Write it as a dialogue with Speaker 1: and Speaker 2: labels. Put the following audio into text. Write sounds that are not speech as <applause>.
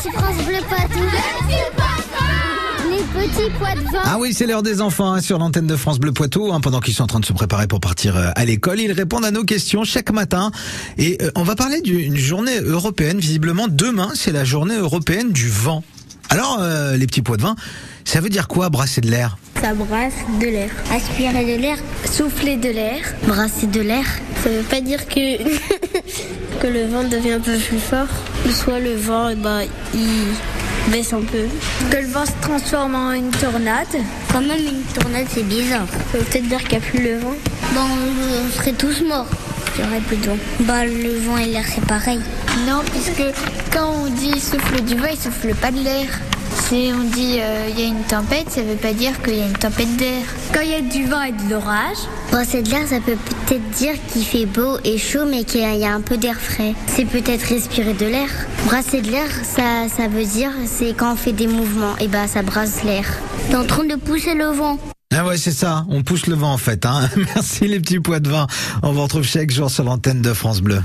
Speaker 1: sur France Bleu Poitou. Les petits poids de vin.
Speaker 2: Ah oui, c'est l'heure des enfants hein, sur l'antenne de France Bleu Poitou. hein, pendant qu'ils sont en train de se préparer pour partir euh, à l'école, ils répondent à nos questions chaque matin. Et euh, on va parler d'une journée européenne. Visiblement, demain, c'est la journée européenne du vent. Alors, euh, les petits pois de vin, ça veut dire quoi brasser de l'air
Speaker 1: Ça brasse de l'air. Aspirer de l'air. Souffler de l'air. Brasser de l'air. Ça veut pas dire que, <laughs> que le vent devient un peu plus fort. Soit le vent, eh ben, il baisse un peu. Que le vent se transforme en une tornade. Quand même, une tornade, c'est bizarre. Ça veut peut-être dire qu'il n'y a plus le vent. Bon, on serait tous morts. Il y aurait plus de vent. Bah, le vent et l'air, c'est pareil. Non, puisque quand on dit souffle du vent, il souffle pas de l'air. Si on dit euh, il y a une tempête, ça veut pas dire qu'il y a une tempête d'air. Quand il y a du vent et de l'orage. Brasser de l'air, ça peut peut-être dire qu'il fait beau et chaud, mais qu'il y a- il y a un peu d'air frais. C'est peut-être respirer de l'air. Brasser de l'air, ça, ça veut dire c'est quand on fait des mouvements, et ben ça brasse l'air. T'es en train de pousser le vent.
Speaker 2: Ah ouais, c'est ça, <laughs> on pousse le vent en fait. Hein. Merci les petits pois de vin. On vous retrouve chaque jour sur l'antenne de France Bleu.